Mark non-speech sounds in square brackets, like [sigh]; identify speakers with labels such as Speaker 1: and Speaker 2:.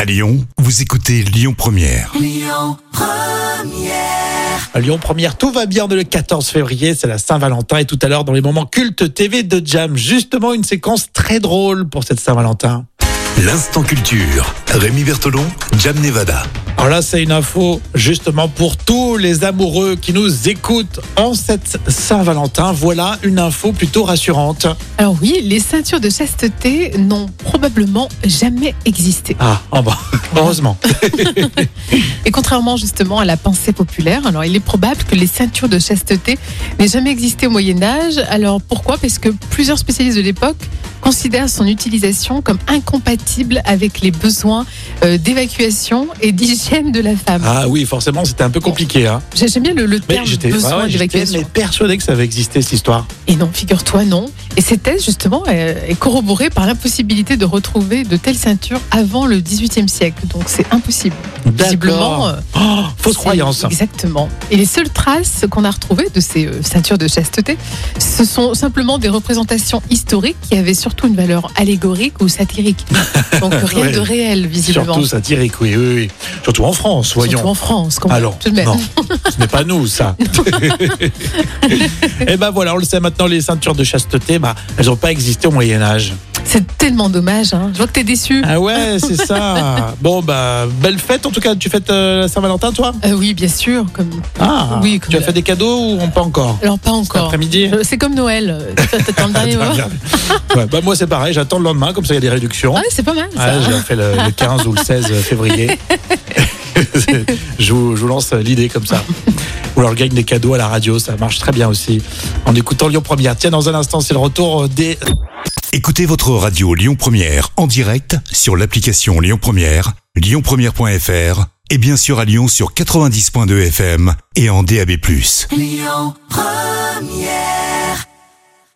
Speaker 1: À Lyon, vous écoutez Lyon Première.
Speaker 2: À Lyon Première, tout va bien de le 14 février, c'est la Saint-Valentin et tout à l'heure dans les moments cultes TV de Jam, justement une séquence très drôle pour cette Saint-Valentin.
Speaker 1: L'instant culture. Rémi Bertolon, Jam Nevada.
Speaker 2: Alors là, c'est une info justement pour tous les amoureux qui nous écoutent en cette Saint-Valentin. Voilà une info plutôt rassurante.
Speaker 3: Alors oui, les ceintures de chasteté n'ont probablement jamais existé.
Speaker 2: Ah, oh
Speaker 3: [laughs]
Speaker 2: bah, heureusement.
Speaker 3: Et contrairement justement à la pensée populaire, alors il est probable que les ceintures de chasteté n'aient jamais existé au Moyen Âge. Alors pourquoi Parce que plusieurs spécialistes de l'époque considèrent son utilisation comme incompatible avec les besoins euh, d'évacuation et d'hygiène de la femme.
Speaker 2: Ah oui, forcément, c'était un peu compliqué. Hein.
Speaker 3: J'ai- J'aime bien le, le
Speaker 2: Mais
Speaker 3: terme
Speaker 2: j'étais Ah
Speaker 3: besoin
Speaker 2: ouais, ouais, j'étais,
Speaker 3: d'évacuation.
Speaker 2: mais persuadé que ça avait existé cette histoire.
Speaker 3: Et non, figure-toi, non. Et cette thèse, justement, est est corroborée par l'impossibilité de retrouver de telles ceintures avant le XVIIIe siècle. Donc, c'est impossible. Visiblement, euh,
Speaker 2: Oh, fausse
Speaker 3: c'est-
Speaker 2: croyance.
Speaker 3: Exactement. Et les seules traces qu'on a retrouvées de ces euh, ceintures de chasteté, ce sont simplement des représentations historiques qui avaient surtout une valeur allégorique
Speaker 2: [laughs]
Speaker 3: ou satirique. Donc, rien
Speaker 2: Ouais.
Speaker 3: de réel, visiblement.
Speaker 2: Surtout satirique, oui, oui, oui. Surtout en France, voyons.
Speaker 3: Surtout en France, quand même,
Speaker 2: Alors,
Speaker 3: tout de même.
Speaker 2: Ah non, ce n'est pas nous, [laughs] ça. Et ben voilà, on le sait maintenant, les ceintures de chasteté, bah, elles n'ont pas existé au Moyen-Âge.
Speaker 3: C'est tellement dommage. hein. Je vois que t'es déçu.
Speaker 2: Ah ouais, c'est ça. Bon, bah, belle fête en tout cas. Tu fêtes euh, la Saint-Valentin, toi
Speaker 3: Euh, oui, bien sûr. Comme...
Speaker 2: Ah,
Speaker 3: Oui,
Speaker 2: tu as
Speaker 3: comme-
Speaker 2: fait des cadeaux ou pas encore
Speaker 3: Alors, pas
Speaker 2: Cet
Speaker 3: encore.
Speaker 2: après-midi
Speaker 3: Euh, C'est comme Noël. T'attends le
Speaker 2: Ah, [laughs]
Speaker 3: dernier moment.
Speaker 2: Ouais, bah, Moi, c'est pareil, j'attends le lendemain, comme ça, il y a des réductions.
Speaker 3: Ah, c'est pas mal ça.
Speaker 2: Ah, je fait le, le 15 ou le 16 février. je, vous, je vous lance l'idée comme ça. Ou alors je gagne des cadeaux à la radio, ça marche très bien aussi. En écoutant Lyon Première. Tiens, dans un instant, c'est le retour des
Speaker 1: Écoutez votre radio Lyon Première en direct sur l'application Lyon Première, lyonpremière.fr et bien sûr à Lyon sur 90.2 FM et en DAB+.